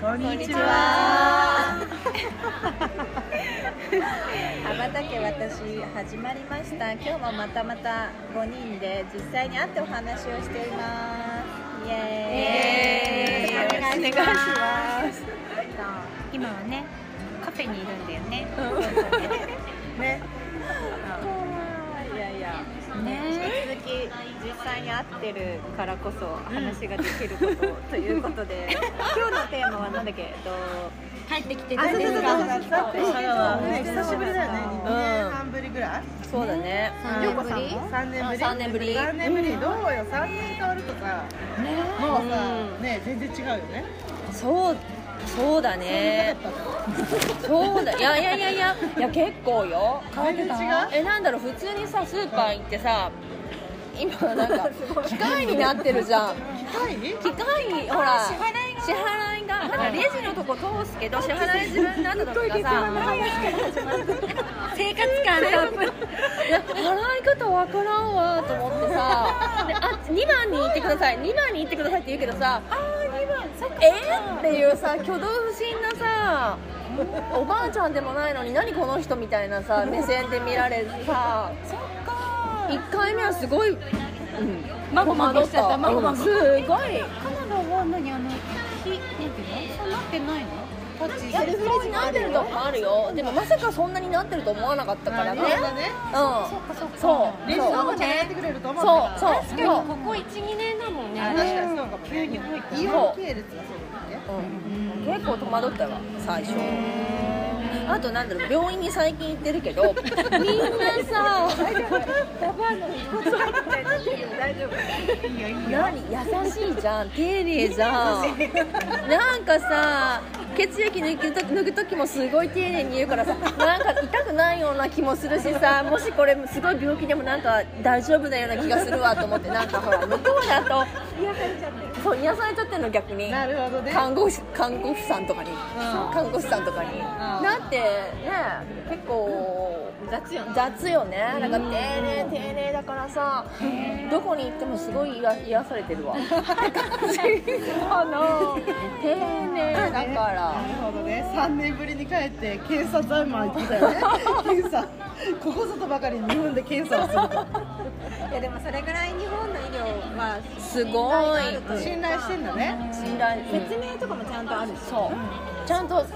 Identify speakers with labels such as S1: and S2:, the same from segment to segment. S1: こんにちは。
S2: 羽ばたけ私始まりました今日もまたまた5人で実際に会ってお話をしていますイエーイ
S1: イエーイ
S2: お願いします
S1: 今はね、カフェにいるんだよね。
S2: ねいやいや
S1: ね。
S2: 引き続き実際に会ってるからこそ話ができること、ということで 今日のテーマはなんだっけ、えっと、
S1: 帰ってきて
S2: あ
S1: 大
S2: そう
S1: 丈
S2: そうそう
S1: 夫
S2: そう
S1: か。
S2: ね
S3: 久しぶりだよね、
S2: うん
S3: 2年半ぶりぐらい、
S2: そうだね
S1: 三年ぶり
S3: 3年ぶり、
S1: 三年ぶり
S3: 三年ぶりどうよ、3年変わるとさ、もうさ、ね、全然違うよね、
S2: そうそうだねそうだいやいやいやいやいや結構よ
S3: 全然違う、
S2: えなんだろう普通にさスーパー行ってさ今なんか機械になってるじゃん
S3: 機
S2: 機械ほら支払いがだからレジのとこ通すけど支払い自分なったとか さ
S1: 生活感たっぷり。
S2: いや払い方わからんわと思ってさであ2番に行ってください2番に行ってくださいって言うけどさあ2番えっっていうさ挙動不審なさおばあちゃんでもないのに何この人みたいなさ目線で見られてさ1回目はすごい、うん、
S1: まごまごしちゃった。まごま
S2: うん
S1: ご。
S2: す
S1: カ
S2: ごい
S1: ナダは何あの火なんていうの？そうなってないの？
S2: いやセルフレジになってるとこあるよでもまさかそんなになってると思わなかったからね
S3: だね、
S2: うんそう
S3: レジの
S2: そう
S3: 方に上げてくれると思う
S2: そう
S3: う、
S2: そうそう
S1: こ一二年だもん
S3: 確かにそうかも、急にイオン系列がそうだよね、
S2: うん結構戸惑ったわ最初あとなんだろう病院に最近行ってるけ どみんな さ何優しいじゃん丁寧じゃんなんかさ血液抜くと抜く時もすごい丁寧に言うからさなんか痛くないような気もするしさもしこれすごい病気でもなんか大丈夫なような気がするわと思ってなんかほら向こうだとそう癒されちゃってるの逆に
S3: なるほどね、
S2: 看護師看護婦さんとかに、看護師さんとかに、だってね結構雑よね雑よねなんか丁寧丁寧だからさどこに行ってもすごい癒癒されてるわって感じかな丁寧だから
S3: なるほどね、3年ぶりに帰って、検査財務行ってたよね、検査、ここぞとばかりに日本で検査をすると。
S2: いやでもそれぐらい日本の医療はすごい
S3: 信頼してんだね。
S2: 信頼説明とかもちゃんとあるそうちゃんと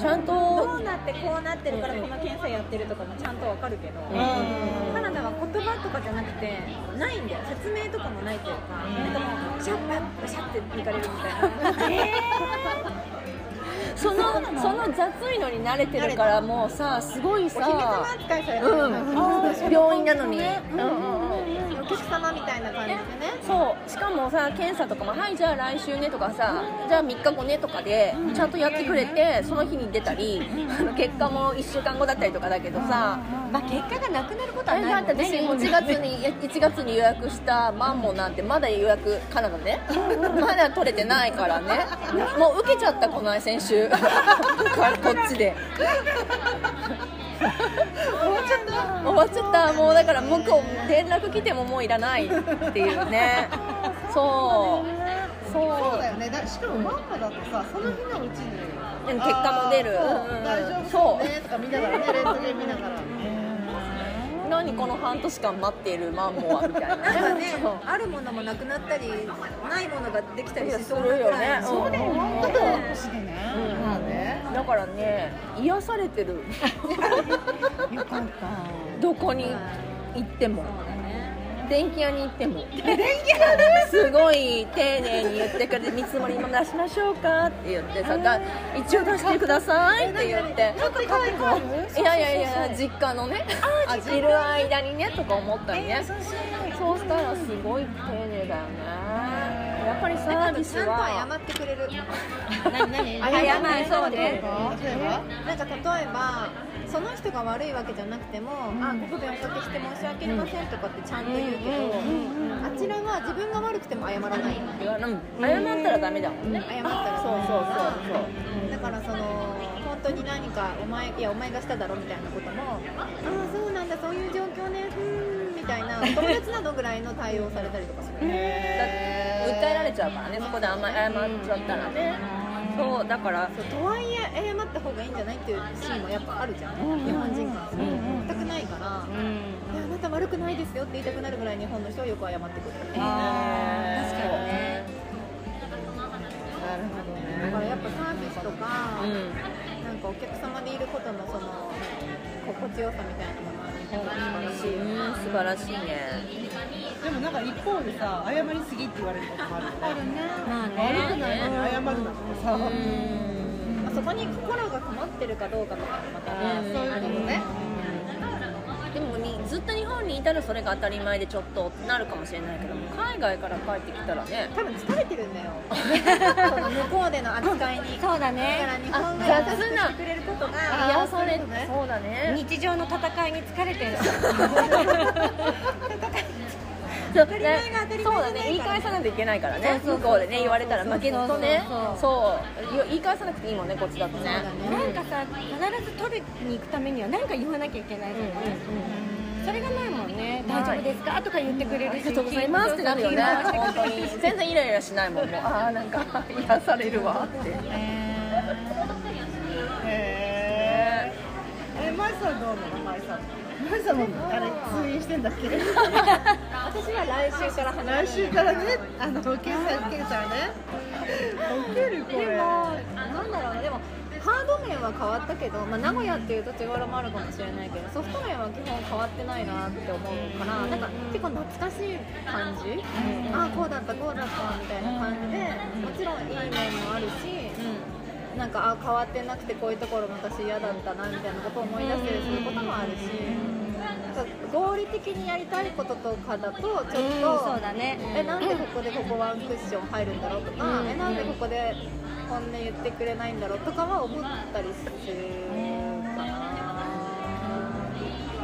S2: ちゃん
S4: ど
S2: と
S4: うなってこうなってるからこの検査やってるとかもちゃんとわかるけど、カナダは言葉とかじゃなくてないんだよ説明とかもないというか、なんかもうシャッパッパシャッて抜かれるみたいな
S2: そのその雑いのに慣れてるからもうさすごいさ
S3: 扱いされてる
S2: う
S3: よね
S2: ん、病院なのに、うんうんうん、
S4: お客様みたいな感じでね
S2: そうしかもさ検査とかも「はいじゃあ来週ね」とかさ「じゃあ3日後ね」とかでちゃんとやってくれてその日に出たりあの結果も1週間後だったりとかだけどさ
S1: まあ結果がなくなることは
S2: だ
S1: な
S2: っ
S1: い
S2: て
S1: もん
S2: 私
S1: ね。
S2: 1月に1月に予約したマンモなんてまだ予約カナダ ねまだ取れてないからねもう受けちゃったこの間先 週こっちで終わっちゃったもうだから向こう連絡来てももういらないっていうねそう
S3: そう
S2: そ
S3: だよねだしかもマンマだとさその日のうちに
S2: う結果も出る
S3: あー
S2: うんうんうん
S3: 大丈夫
S2: そ
S3: そうねとか見ながらねレントゲン見ながら
S2: う何この半年間待っているマンモはみたいな
S4: なんかね
S2: そう
S4: あるものもなくなったりないものができたりしそう
S2: する
S4: なく
S2: よね
S4: らい
S2: そうだよ
S3: まあね
S2: だからね癒されてるどこに行っても電気屋に行っても電気屋ですごい丁寧に言ってくれて見積もりも出しましょうかって言ってさだ一応出してくださいって言って
S3: ちょっと可愛くある
S2: いやいやいや実家のねあいる間にねとか思ったりねそうしたらすごい丁寧だよねやっぱりサ
S4: あ
S2: ー
S4: と
S2: ビス
S4: ちゃんと謝
S2: は
S4: ってくれる
S1: 何何
S4: 謝るそうで
S3: 例えば
S4: なんか例えばその人が悪いわけじゃなくても「あご不便遅くして申し訳ありません」とかってちゃんと言うけど、あちらは自分が悪くても謝らない、
S2: 言わない謝ったらダメだもんね
S4: 謝ったら
S2: そうそうそうそう
S4: だからその本当に何かお前いやお前がしただろみたいなこともああそうなんだそういう状況ねうーんみたい な友達などぐらいの対応されたりとかする、ね、
S2: だって訴えられちゃうからねそこで甘い謝っちゃったらねそうだから
S4: とはいえ謝った方がいいんじゃないっていうシーンもやっぱあるじゃん、日本人からすると全くないから、いやあなた悪くないですよって言いたくなるぐらい日本の人はよく謝ってくる
S3: あ
S5: 確かにね
S3: ーなるほど
S4: だから
S3: ね
S4: やっぱサービスとか、
S2: うん
S4: なんかお客様でいることのその心地よさみたいなものは日本は素晴らしいよね
S2: うん素晴らしいね
S3: でもなんか一方でさ謝りすぎって言われることもあるよね
S5: まあ
S3: 悪く
S5: ね
S3: ないのに謝るなんてさ
S4: まあそこに心がこもってるかどうかとかもまた
S2: うん
S4: ねあるよね
S2: でもにずっと日本にいたらそれが当たり前でちょっとってなるかもしれないけども海外から帰ってきたらね
S4: 多分疲れてるんだ よその向こうでの扱いにだ
S1: そうだ
S4: か
S1: ね
S4: ら日本が
S2: あ
S4: 優しくしてくれることが
S2: 癒されそうだね
S1: 日常の戦いに疲れてる
S2: そう
S4: 前が当たり前じゃないから
S2: そうだね言い返さないといけないからね
S1: そうそうそう
S2: 向こうでね言われたら負けずとね
S1: そうそう
S2: そうよ言い返さなくていいもんねこっちだとね
S1: なんかさ必ず取りに行くためには何か言わなきゃいけないじゃない、それがないもんね
S2: ない
S1: 大丈夫ですかとか言ってくれるし
S2: ありがとうございますってなるよね本当に全然イライラしないもんもうああなんか癒されるわって
S3: へえマイさんどうなのマイさんマイさんもあれ通院してんだっけ
S4: 私は来週から話
S3: 来週からねあの検査受けたらね受けるこ
S4: でも
S3: れ
S4: なんだろうなでもハード面は変わったけど、まあ、名古屋っていう土地柄もあるかもしれないけどソフト面は基本変わってないなって思うからなんか結構懐かしい感じ、ああこうだったこうだったみたいな感じでもちろんいい面もあるし、なんかあ変わってなくてこういうところ昔嫌だったなみたいなことを思い出したりすることもあるし、なんか合理的にやりたいこととかだとち
S1: う
S4: ょっと、
S1: んそうだね
S4: えなんでここでここワンクッション入るんだろうとか、えなんでここで本音言ってくれないんだろうとかは思ったりするかな、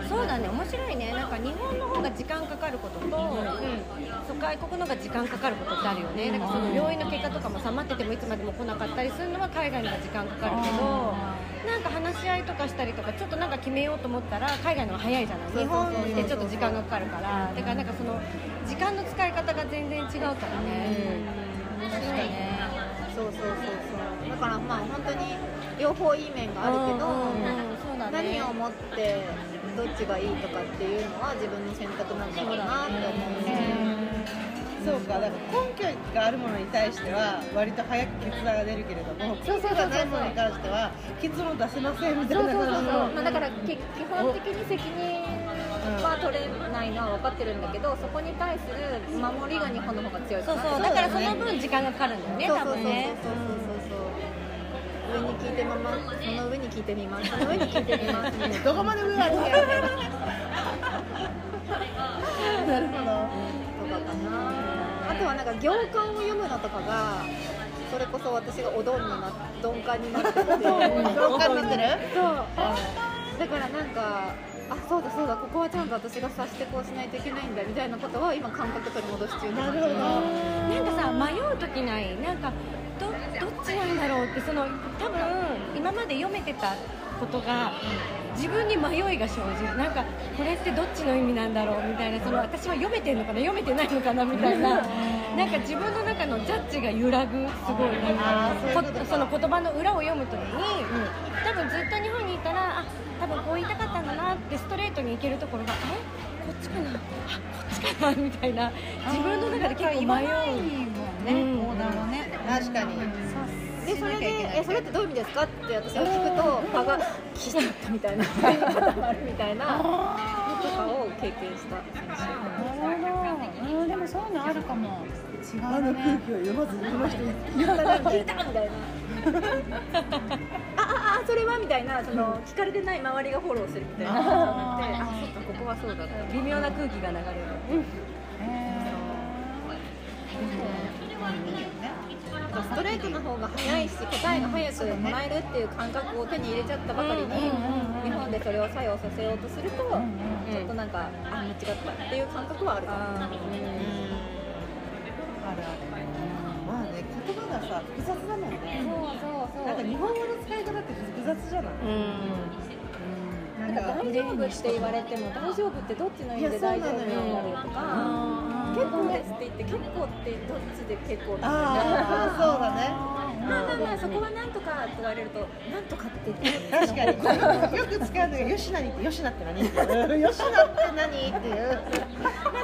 S1: そうだね面白いねなんか日本の方が時間かかることと、そう外国の方が時間かかることってあるよねなんかその病院の結果とかもさ待っててもいつまでも来なかったりするのは海外の方が時間かかるけどなんか話し合いとかしたりとかちょっとなんか決めようと思ったら海外の方が早いじゃない日本ってちょっと時間がかかるからだからなんかその時間の使い方が全然違うからね、面白いね
S4: そうそうそうそうだからまあ本当に両方いい面があるけど、
S1: うんうんそうだね
S4: 何を持ってどっちがいいとかっていうのは自分の選択なんだろうなって思うし、
S3: そうかだから根拠があるものに対しては割と早く決断が出るけれども根拠がないものに関しては結論出せませんみた
S4: そ
S3: いうな
S4: そうそうそう、
S3: 感
S4: まあ、だからけ基本的に責任は取れないのは分かってるんだけどそこに対する守りが日本の方が強いか
S1: そう
S4: な
S1: そうだからその分時間がかかるんだよね
S4: そう
S1: 多
S4: そうそうそ
S1: 分
S4: う
S1: ね
S4: そうそう上に聞いてままその上に聞いてみますその上に聞いてみますみたいな
S3: じどこまで上がるかなるほど
S4: とかかなあとはなんか行間を読むのとかがそれこそ私がおどんにな鈍感になってて
S3: 鈍感になってる
S4: そうだからなんかあそうだそうだここはちゃんと私が察してこうしないといけないんだみたいなことは今感覚取り戻し中
S3: な
S4: な
S3: るほど
S1: なんかさ迷う時ないなんかどどっちなんだろうってその多分今まで読めてたことが自分に迷いが生じるなんかこれってどっちの意味なんだろうみたいなその私は読めてんのかな読めてないのかなみたいななんか自分の中のジャッジが揺らぐすごいなんか
S3: あーそういうことか
S1: こその言葉の裏を読む時に、多分ずっと日本にいたらあ多分こう言いたかったんだなってストレートに行けるところがえこっちかなあこっちかなみたいな自分の中で結構迷う。
S6: ね、
S1: うん
S6: オーダーをね、
S3: 確かに
S4: でそれで「えそれってどういう意味ですか?」って私が聞くと場が「来ちゃった」みたいな「固まる」みたいなとかを経験した先週
S6: なるほど、うん、でもそういうのあるかも違う
S3: あの空
S6: ね
S3: 気を読まずにこの人言ったなみた
S4: 聞い
S3: い
S4: た
S3: な
S4: みたいなあああそれはみたいなその聞かれてない周りがフォローするみたいなじゃなくてあそっかここはそうだった微妙な空気が流れる
S6: え
S4: ストレートの方が早いし答えが早くもらえるっていう感覚を手に入れちゃったばかりに日本でそれを作用させようとするとちょっとなんかあ間違ったっていう感覚はある
S3: あるあるまあね言葉がさ複雑だもんね
S4: そう
S3: なんか日本語の使い方って複雑じゃない、
S4: なんか大丈夫って言われても大丈夫ってどっちの意味で
S3: いやそう
S4: 大
S3: な
S4: 丈
S3: のよ
S4: 夫になるとか結構ですって言って結構ってどっちで結構なんだ
S3: ああそうだね
S4: まあまあまあそこはなんとかって言われるとなんとかって言って
S3: 確か によく使うのが「よしなに」って「よしなって何?」って いう「よしなって何?」っていう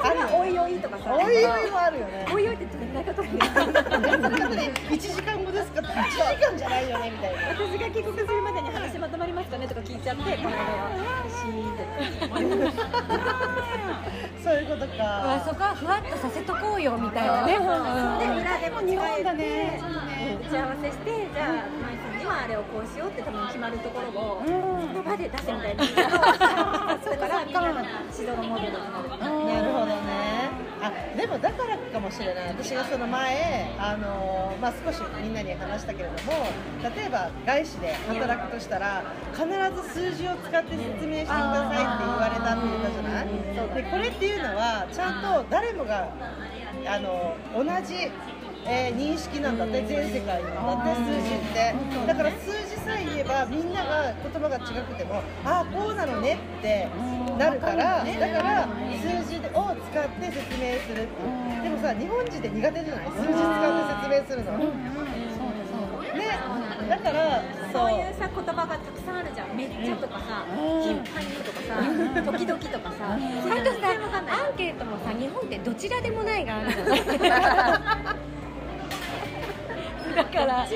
S3: ある
S4: お
S3: よ
S4: いおいとかさ
S3: おいおいもあるよね
S4: おいおいってどれくらいかかるんですか
S3: 1時間後ですかって1時間じゃないよねみたいな
S4: 私が帰国するまでに話まとまりますかねとか聞いちゃってこの間はシーンって
S3: そういうことか
S1: そこはふわっとさせとこうよみたいなね
S4: で裏でも日本だね打ち合わせしてじゃあ舞さんにはあれをこうしようって多分決まるところを その場で出せみたいなだからみんなの指導モードになる
S3: なるほどねあでもだからかもしれない私がその前あのーまあ、少しみんなに話したけれども例えば外資で働くとしたら必ず数字を使って説明してくださいって言われたって言ったじゃないでこれっていうのはちゃんと誰もがあの同じ、えー認識なんだって全世界なんだって数字ってだから数字さえ言えばみんなが言葉が違くてもああこうなのねってなるからだから数字を使って説明するっていうでもさ日本人って苦手じゃない数字使って説明するのねだから
S4: そ
S3: そ
S4: う
S3: う
S4: いうさ言葉がたくさんあるじゃんめっちゃとかさ頻繁にとかさ時々とかさ
S1: あとさ
S4: 全然わかんない
S1: アンケートもさ日本ってどちらでもないがあるじゃないだから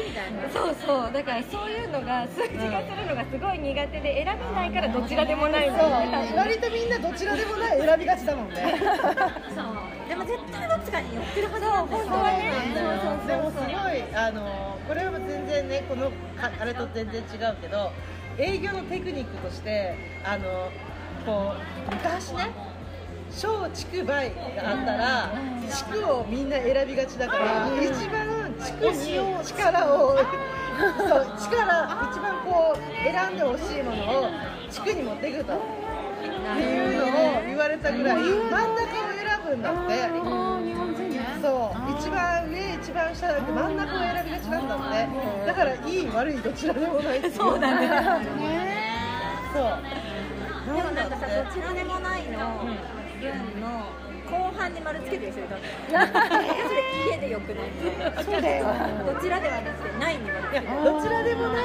S1: そうそうだからそういうのが数字化するのがすごい苦手で選べないからどちらでもないの
S3: そう
S1: ね
S3: 割とみんなどちらでもない選びがちだもんね
S4: そうでも絶対どっちかに寄ってるはずなんだよ
S3: そうなんだよでもすごいあのこれは全然ねこのああれと全然違うけど営業のテクニックとしてあのこう昔ね小畜梅があったら地区をみんな選びがちだから一番地区に力をそう力一番こう選んでほしいものを地区に持っていくとっていうのを言われたぐらい真ん中を選ぶんだって。
S6: 日本人ね
S3: そう一番上一番下だって真ん中を選びがちなんだもんねだからいい悪いどちらでもないっていうそうだ ねそう
S4: でも
S3: なん
S4: な
S3: だ
S4: んかさ、
S3: って
S4: どちらでもないの分の後半に丸つけてる人いたんだよ。それ家でよくないみたいな。そうだよ。どちらではなくてないになる。
S3: いやどちらでもない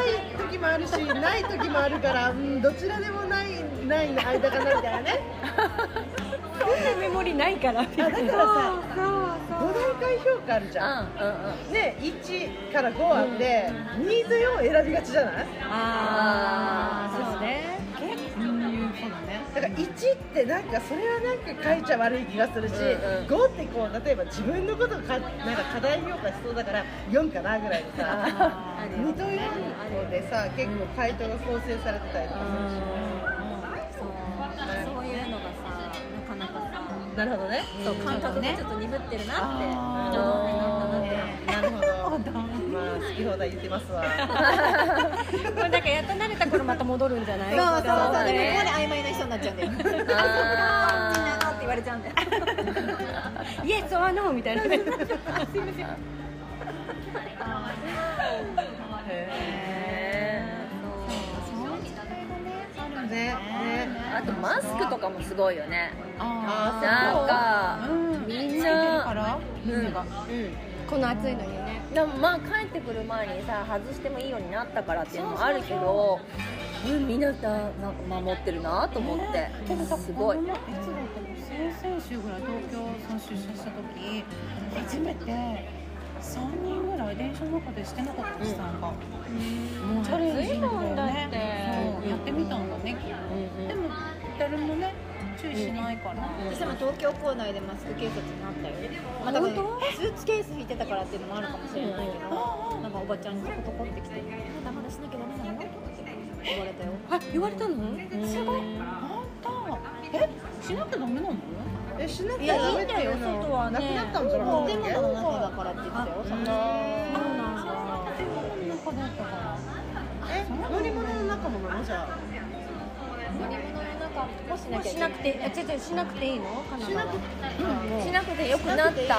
S3: 時もあるしない時もあるから、うん、どちらでもないないの間かなみたいなね
S1: メモリないから
S3: あだからさ5段階評価あるじゃん、ね1から5あって、2と4を選びがちじゃない
S1: あそうね
S3: だから1ってなんかそれはなんか書いちゃ悪い気がするし、5ってこう例えば自分のことをかなんか課題評価しそうだから4かなぐらいでさ2と4でさ結構回答が構成されてたりとか
S4: そう、そういうのがさ、なかなかさ、
S3: するなるほどね
S4: そう感覚がちょっと鈍ってるなって。
S3: なるほどまあ好き放題言ってますわ
S1: な んかやっと慣れた頃また戻るんじゃない
S4: そうそう、でもここで曖昧な人になっちゃうんだよ。 あ、そっか、みんなのって言われちゃうんだよ。
S1: イエスはノーみたいなね
S3: ねね
S2: あとマスクとかもすごいよね
S6: あ
S2: なん
S6: あ
S2: か
S6: うん
S2: み
S6: つい
S2: ん
S6: てる
S2: な
S6: からみんなが
S1: この暑いのにね
S2: でもまあ帰ってくる前にさ外してもいいようになったからっていうのもあるけどうんみんなさなんか守ってるなと思って
S6: でもさ
S2: すごい
S6: この前いつだったの先々週ぐらい東京さん出社した時初めて3人ぐらい電車の中でしてなかったおじさんが、もうチャレンジングだよねそうやってみたんだね、でも誰もね注意しないから、
S4: 私も東京構内でマスク警察になったよ、まあ、多分スーツケース引いてたからっていうのもあるかもしれないけど、なんかおばちゃんにトコトコってきて「まだまだしなきゃダメなの?」って言われたよ
S1: あ言われたの
S6: すごい本当えしなきゃダメなの
S3: えしなき
S4: い
S3: ゃ
S4: や
S3: ダ
S4: い
S3: メっ
S4: いん
S3: て
S4: だ
S3: い
S4: よ
S3: うの
S4: 外は
S3: なく
S4: ね
S3: なったんじゃなかった
S4: 建
S3: っけ
S4: 物の中だからって言ってたよさっき
S3: あー
S6: 建物の中だったから
S3: え乗り物の中もなのじゃあ
S2: もしなきゃい
S1: し
S2: けな
S1: ないくて、え、違う違う、しなくていいの、カナダは。
S2: しなくてよくなった、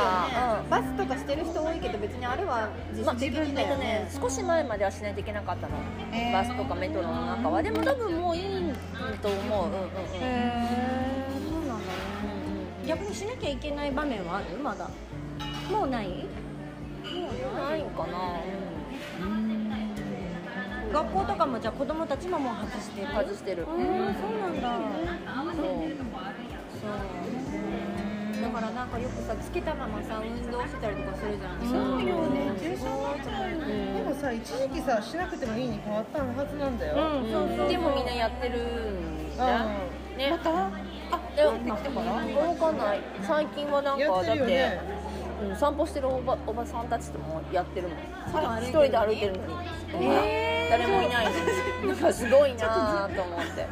S4: バスとかしてる人多いけど別にあれは
S2: うん
S4: 実
S2: まあ
S4: 質的にだよ
S2: え
S4: ね
S2: っとね少し前まではしないといけなかったの、
S6: えー
S2: バスとかメトロの中はでも多分もういいと思う、うんうんうん
S1: へーそうなんだね。逆にしなきゃいけない場面はある、まだ。もうない。
S2: ないんかな、
S1: 学校とかも、じゃ、子供たちももう外してる。
S2: 外してる、
S1: うーんそうなんだ。そう。だから、なんかよくさ、つけたままさ、運動してたりとかするじゃん。そうよね。
S6: 重症みたいな
S3: でもさ一時期さしなくてもいいに変わったはずなんだよ、うん
S2: でもみんなやってるんだ、ね
S6: またあ
S2: でも
S6: 帰ってきてから
S2: 動かない最近はなんか
S3: やっ
S2: だ
S3: て
S2: っ
S3: るよ
S2: て
S3: ね、
S2: うん、散歩してるおばおばさんたちともやってるもん一人で歩いてるのに、誰もいないのなんかすごいなと思って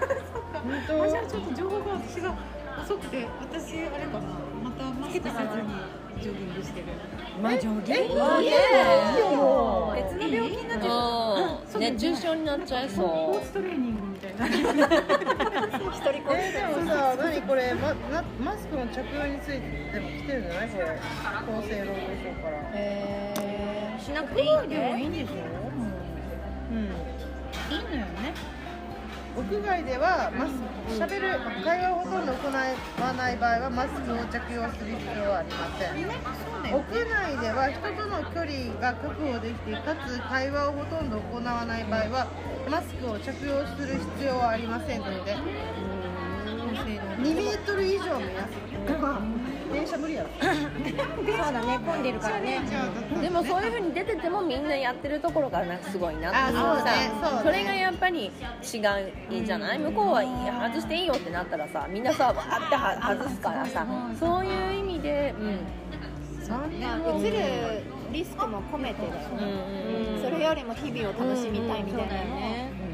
S3: 本
S6: 私はちょっと情報が私が遅くて私あれかなまたマスクせずにジョギングしてる
S3: 当マジョギえいいよ
S2: ね
S3: もう
S4: 別の病気になっち
S2: う
S4: ゃ
S2: ん熱中症になっちゃい
S6: コ
S2: そう
S6: ーチトレーニングみたいな
S3: えでもさ何これまなマスクの着用についても来てるんじゃないこれ厚生労働省から
S1: しなくていい。
S6: でもいいんでしょも
S3: うん
S6: ういいのよね
S3: 屋外ではマスクしゃべる会話をほとんど行わない場合はマスクを着用する必要はありません
S6: ねそうだ
S3: 屋内では人との距離が確保できてかつ会話をほとんど行わない場合はマスクを着用する必要はありませんので2メートル以上目安まあ電車無理やろ
S1: そうだね、混んでるからね。
S2: でもそういうふうに出ててもみんなやってるところがなんかすごいなって
S3: あそうねそうね
S2: それがやっぱり違うじゃない向こうはいや外していいよってなったらさみんなさわーっては外すからさそういう意味でうん
S4: う映るリスクも込めてだよね
S2: うん
S4: それよりも日々を楽しみたいみたいなのを
S1: ね。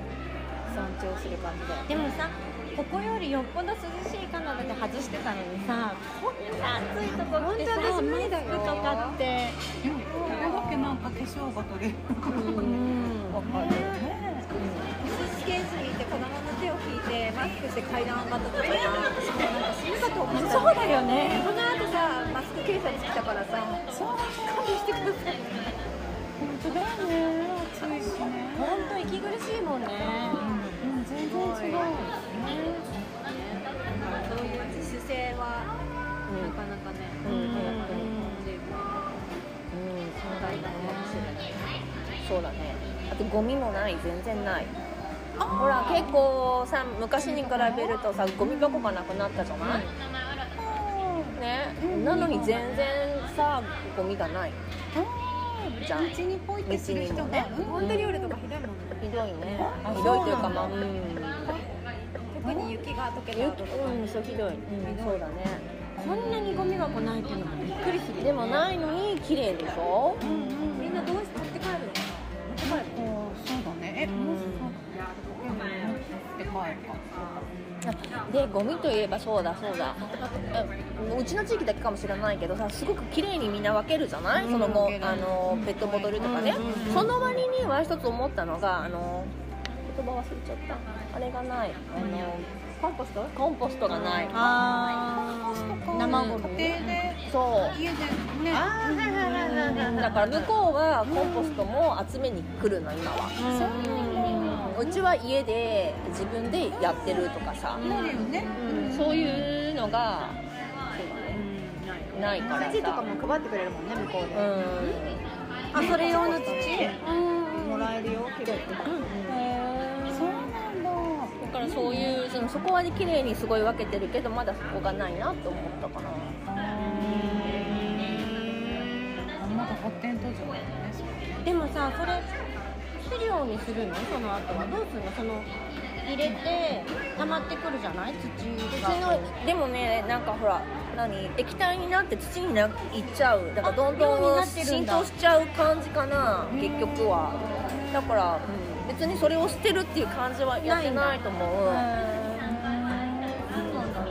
S4: 尊重する感じだよね
S1: でもさここよりよっぽど涼しいカナダで外してたのにさこんな暑いところってさマスクとかって
S6: でもここだけなんか化粧が取れる
S3: わかる
S6: ね
S4: スーツケースにいて子供の手を引いてマスクして階段上がった時とかなんか死ぬかと思ったそうだよねこの後さマスク警察来たからさそう勘弁してください
S6: 本当だよね暑いしね
S1: 本当息苦しいもんね
S6: うん全然違う
S4: そういう自主性はなかなかね
S2: うんうん
S4: 感じる
S2: うん
S4: 問題だね
S2: そうだねあとゴミもない全然ないほら結構さ昔に比べるとさゴミ箱がなくなったじゃない、ね、なのに全然さゴミがないじゃん
S6: 道にポイってする人が
S2: 道にもね
S4: 本当に夜とかひどいもんね
S2: ひどいね
S6: あ
S2: ひどいというか
S6: そうなんだ
S2: まあうん
S4: 特に雪が溶けた後とか
S2: うんそうひどい、うん、そうだね
S1: こんなにゴミ箱ないっていうのがびっくりする
S2: でもないのに綺麗でしょ
S4: みんなどうして持って帰るの
S6: こうそうだねえもうそうだねでかいか
S2: でゴミといえばそうだそうだえうちの地域だけかもしれないけどさすごく綺麗にみんな分けるじゃない、そのも
S6: 分ける
S2: あのペットボトルとかね、その割には一つ思ったのがあの言葉忘れちゃったあれがないあのコンポストコンポストがない
S1: あ生ゴミ
S6: 家庭で
S2: そう
S6: 家でね
S3: あーはいはいはいはいはい
S2: だから向こうはコンポストも集めに来るの今は、うちは家で自分でやってるとかさ、
S6: なるよね
S2: そういうのがそうだねないからさ
S4: 土とかも配ってくれるもんね向こうで
S2: う
S4: あそれ用の土もらえるよ結構
S6: そうなんだ
S2: んだからそういうそのそこは綺麗にすごい分けてるけどまだそこがないなと思ったかな
S6: あんまだ発展途上だよねそれ
S1: でもさそれ肥料にするのその後はどうするのその入れて溜まってくるじゃない土
S2: 土
S1: が
S2: のでもねなんかほら何液体になって土になっちゃうだからどん
S1: あ量に
S2: ど
S1: なんってる
S2: 浸
S1: んだ
S2: 透しちゃう感じかな結局はだから、うん別にそれを捨てるっていう感じはやってないと思う
S1: へーそうなんだね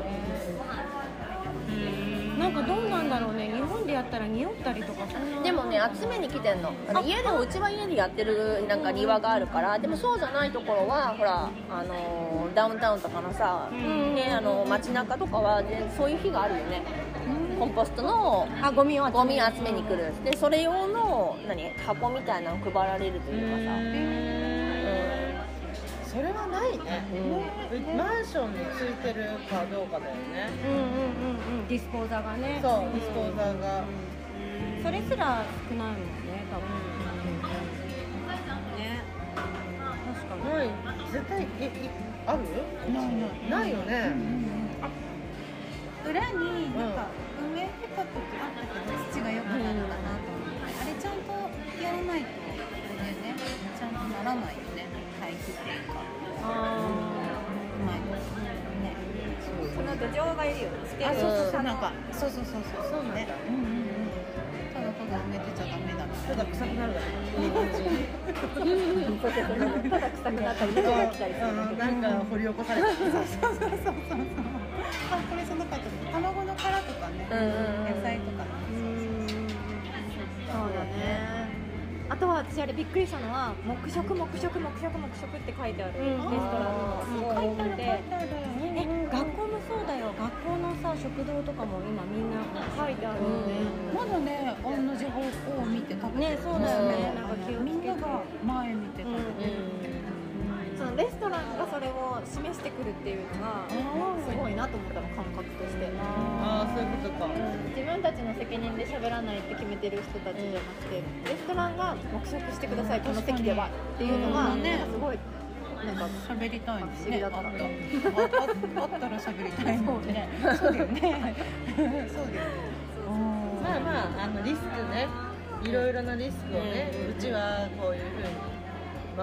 S1: なんかどうなんだろうね日本でやったら匂ったりとかそんな
S2: でもね集めに来てんのあの家でもうちは家でやってるなんか庭があるからでもそうじゃないところはほらあのーダウンタウンとかのさ、ねあの街中とかは、ね、そういう日があるよねコンポストの
S1: あゴミを集め
S2: ゴミ集めに来るでそれ用の何箱みたいなの配られるというかさ
S3: それはないね、うマンションについてるかどうかだよね、
S1: うんうんうんうんディスポーザーがね
S3: そうディスポーザーが、
S1: それすら少ないもんね多分
S4: ね
S1: 確かに
S3: ない絶対いいある
S6: ないな
S3: ないよ
S6: い
S3: ね、
S6: 裏になんか梅とかとかあったけど土が良くなるかなと思って、あれちゃんとやらないとあれねちゃんとならないよね回避っていうかうまいね
S4: その土壌がいるよねスペ
S6: あ
S4: ース
S6: そう
S4: の
S6: そうそう
S4: 差
S6: なん
S4: の
S6: かそうそうそうそうそうねうんうんうんただただ埋めてちゃダメだみた
S3: た
S6: いな
S3: だ臭くなるだけ
S4: ただ臭くなったり色が来たりするだけで
S3: なんか掘り起こされた
S6: そうそうそうそうそうあこれそのかと卵の殻とかね、
S2: うんうんうん
S6: 野菜とかね
S4: そうだねあとは私あれびっくりしたのは「黙食黙食黙食黙食」って書いてあるレストランとかすごい多くて
S6: 書いてある
S1: え学校もそうだよ学校のさ食堂とかも今みんな書いてあるよね、
S6: まだね、同じ方向を見て食べてる
S1: ねそうだよね
S6: な
S1: なんん
S6: か
S1: か
S6: 気
S1: 気
S6: を
S1: をつけて
S6: みんなが前見て食べてる
S4: そのレストランがそれを示してくるっていうのがすごいなと思ったの感覚として
S3: ああそういうことか
S4: 自分たちの責任で喋らないって決めてる人たちじゃなくてレストランが黙食してくださいこの席ではっていうのが
S6: うんね
S4: なんかすごいなんか
S6: 喋りたいです
S4: 不思議
S6: ね。
S4: だ
S6: あ
S4: っ
S6: ったた。あああったら喋りたいも んね。そうだよね。そうだよね。
S3: まあまああのリスクねいろいろなリスクをね、うちはこういうふうに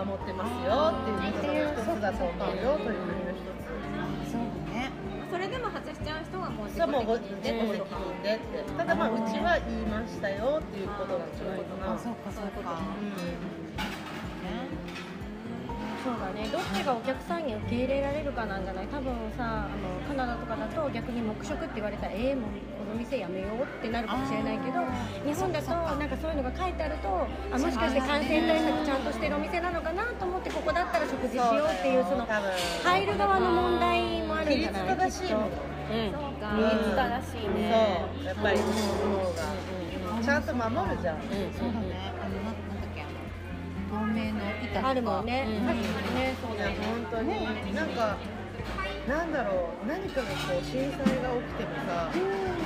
S3: 守ってますよっていうことの一つだと思うよというふうの一
S6: そうだね。
S4: それでも外しちゃう人はもう
S3: つそれはもうご
S4: 自己
S3: 自己責
S4: 責任で
S3: 任でってただまあうちは言いましたよっていうことがちょっとな
S6: あ、そうかそうか。ね
S1: そうだねどっちがお客さんに受け入れられるかなんじゃない多分さあのカナダとかだと逆に黙食って言われたらええもうこの店やめようってなるかもしれないけど日本だとなんかそういうのが書いてあるとあもしかして感染対策ちゃんとしてるお店なのかなと思ってここだったら食事しようっていうその
S3: 多分
S1: 入る側の問題もあるんじゃない
S3: 規律正しい
S1: きっと
S3: もん
S4: そうか
S3: うん
S4: 正しいね
S3: そうやっぱり日本の方がちゃんと守るじゃん
S6: そうだね。あのななんだっけあの透明の板とか
S1: あるもん。ね確かにねそう
S3: い
S1: だ
S3: や
S1: ね
S3: 本当になんかなんだろう何かがこう震災が起きてもさ、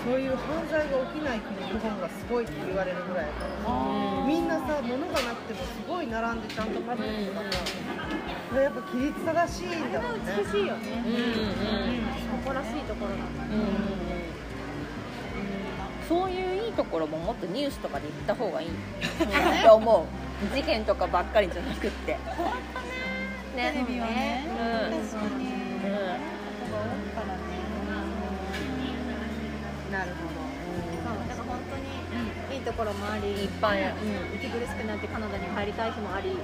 S3: そういう犯罪が起きない国日本がすごいって言われるぐらいだからみんなさ物がなくてもすごい並んでちゃんと食べてるからこれやっぱ規律正しいんだもんね
S4: 美しいよね誇らしいところなんだ
S2: そういういいところももっとニュースとかで言った方がいいと思う事件とかばっかりじゃなくって
S6: テレビはね。確かに。
S2: うん
S6: 人が多いからね。
S3: なるほ
S4: そうだから本当にいいところもあり
S2: いっぱいある
S4: うん息苦しくなってカナダに入りたい日もあり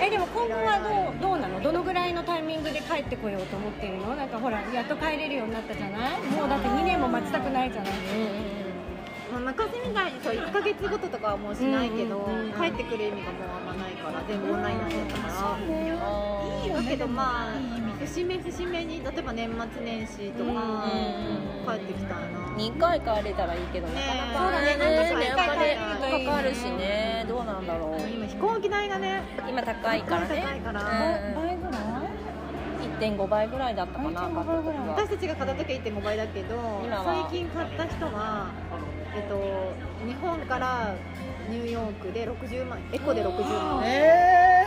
S1: えでも今後はどうどうなのどのぐらいのタイミングで帰ってこようと思ってるのなんかほらやっと帰れるようになったじゃないもうだって2年も待ちたくないじゃない
S4: まあ昔みたいにそう1ヶ月ごととかはもうしないけど帰ってくる意味がもうあんまないから全部オンラインになっちゃったから
S6: いいよ
S4: だ
S6: ね。
S4: けどま
S6: でもいい意
S4: あ
S6: 味
S4: 節目節目に例えば年末年始とか帰ってきたいな
S2: 2回帰れたらいいけどなかなか
S4: そうだねなんか
S2: やっぱねかかるしねどうなんだろう
S4: 今飛行機代がね
S2: 今高いからね
S4: 高いから
S2: うん
S6: 倍ぐらい。
S2: 1.5倍ぐらいだったかな買った時は
S4: 私たちが買った時は1.5倍だけど
S2: 今は
S4: 最近買った人は、えっと、日本からニューヨークで60万エコで60
S3: ど
S4: 万
S3: え
S4: エ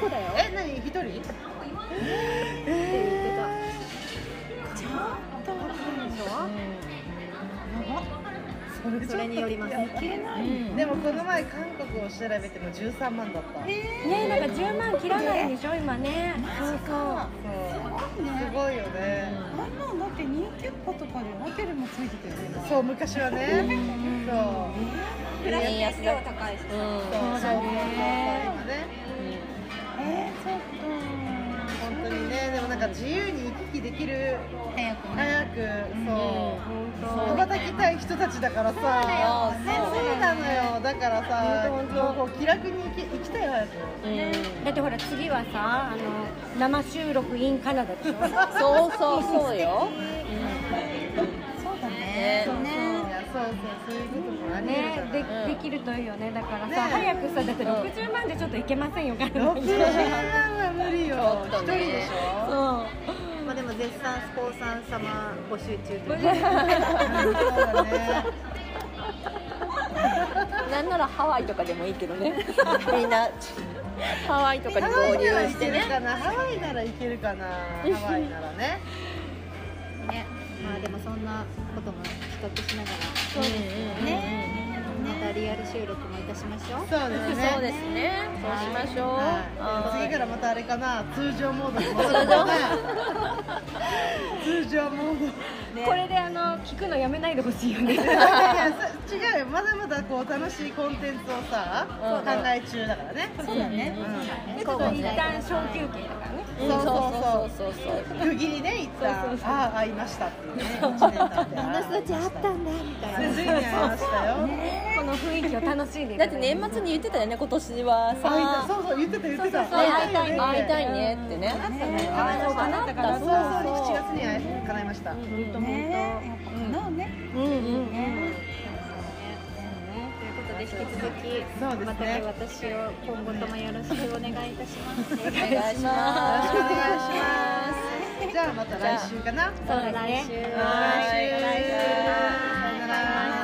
S4: コだよ
S3: ー、
S4: って
S3: え何一人
S4: 言ってた
S6: ちゃんとわかるでしょ。やばっ。それ
S4: それによります
S6: いけない。
S3: でもこの前韓国を調べても13万だった、
S1: ねなんか10万切らないんでしょ今ねそうそう
S3: そうすごいよね、
S6: あんなんだって人気っ子とかでホテルもついてたよね。
S3: そう昔はね、そうで
S2: 円安だ
S4: 高いし
S3: そうそうそうそう今ね
S6: えー、ちょっと。
S3: 本当にねでもなんなんか自由に行き来できる
S6: 早くね
S3: 早くそう羽ばたきたい人たちだからさそうなのよだからさもうこう気楽に行き行きたいわよ
S1: だってほら次はさあの生収録 in カナダでしょ
S2: そうそうそうよ
S6: そうだ
S2: ね
S6: ね
S3: いやそうそうそういうこともありえ
S1: ね
S3: るじ
S1: で
S3: ゃない
S1: できるといいよねだからさ、
S3: ね
S1: 早くさだって60万でちょっといけませんよカナダに
S3: 60万は無理よ
S2: ち
S3: 一
S2: ょっ
S3: 人
S2: とね
S3: でしょ
S4: まあ、でも絶賛スポンサー様募集中という
S3: そうだね
S2: なんならハワイとかでもいいけどね みんなハワイとかに
S3: ハワ
S2: 合
S3: イ
S2: 流
S3: なら
S2: し
S3: 行け
S2: て
S3: る
S2: ね
S3: かなハワイなら行けるかなハワイならね
S4: ね、まあでもそんなことも比較しながらね、またリアル収録もいたしましょう。
S3: そうですね
S2: そうですねそうしましょう
S3: はい
S2: は
S3: 次
S2: い
S3: からまたあれかな通常モードに戻る通常モード
S1: これであの聞くのやめないでほしいよね
S3: いやいやそ違うよまだまだこう楽しいコンテンツをさ、考え中だからねそうだね、
S1: ちょっと一旦小休憩だからね
S3: うん、そうそうそう
S2: そうそうそう
S3: そう区切りね一旦ああ会いましたっていうね1年経って私たち会ったんだみたいなついに会いましたよ
S1: この雰囲気を楽しんでい
S2: だ
S1: た
S2: っ
S1: だ
S2: て
S1: い
S2: 年末に言ってたよね今年はさ
S3: 会いたそうそう言ってた言ってた
S2: 会いたいね会いた
S3: い
S2: いねってね
S3: 叶えた叶ったからそうそう
S2: そう
S3: 7月に会え叶いました、
S6: ねやっぱ叶うね
S4: ということで引き
S3: そう
S4: 続
S3: で
S4: き、
S3: すね
S4: また私を今後ともよろしくお願いいたします。
S2: お願いし
S3: よろしく
S2: ます
S3: お願いしますじゃあまた来週かな
S4: そうですね。
S3: 来週さよなら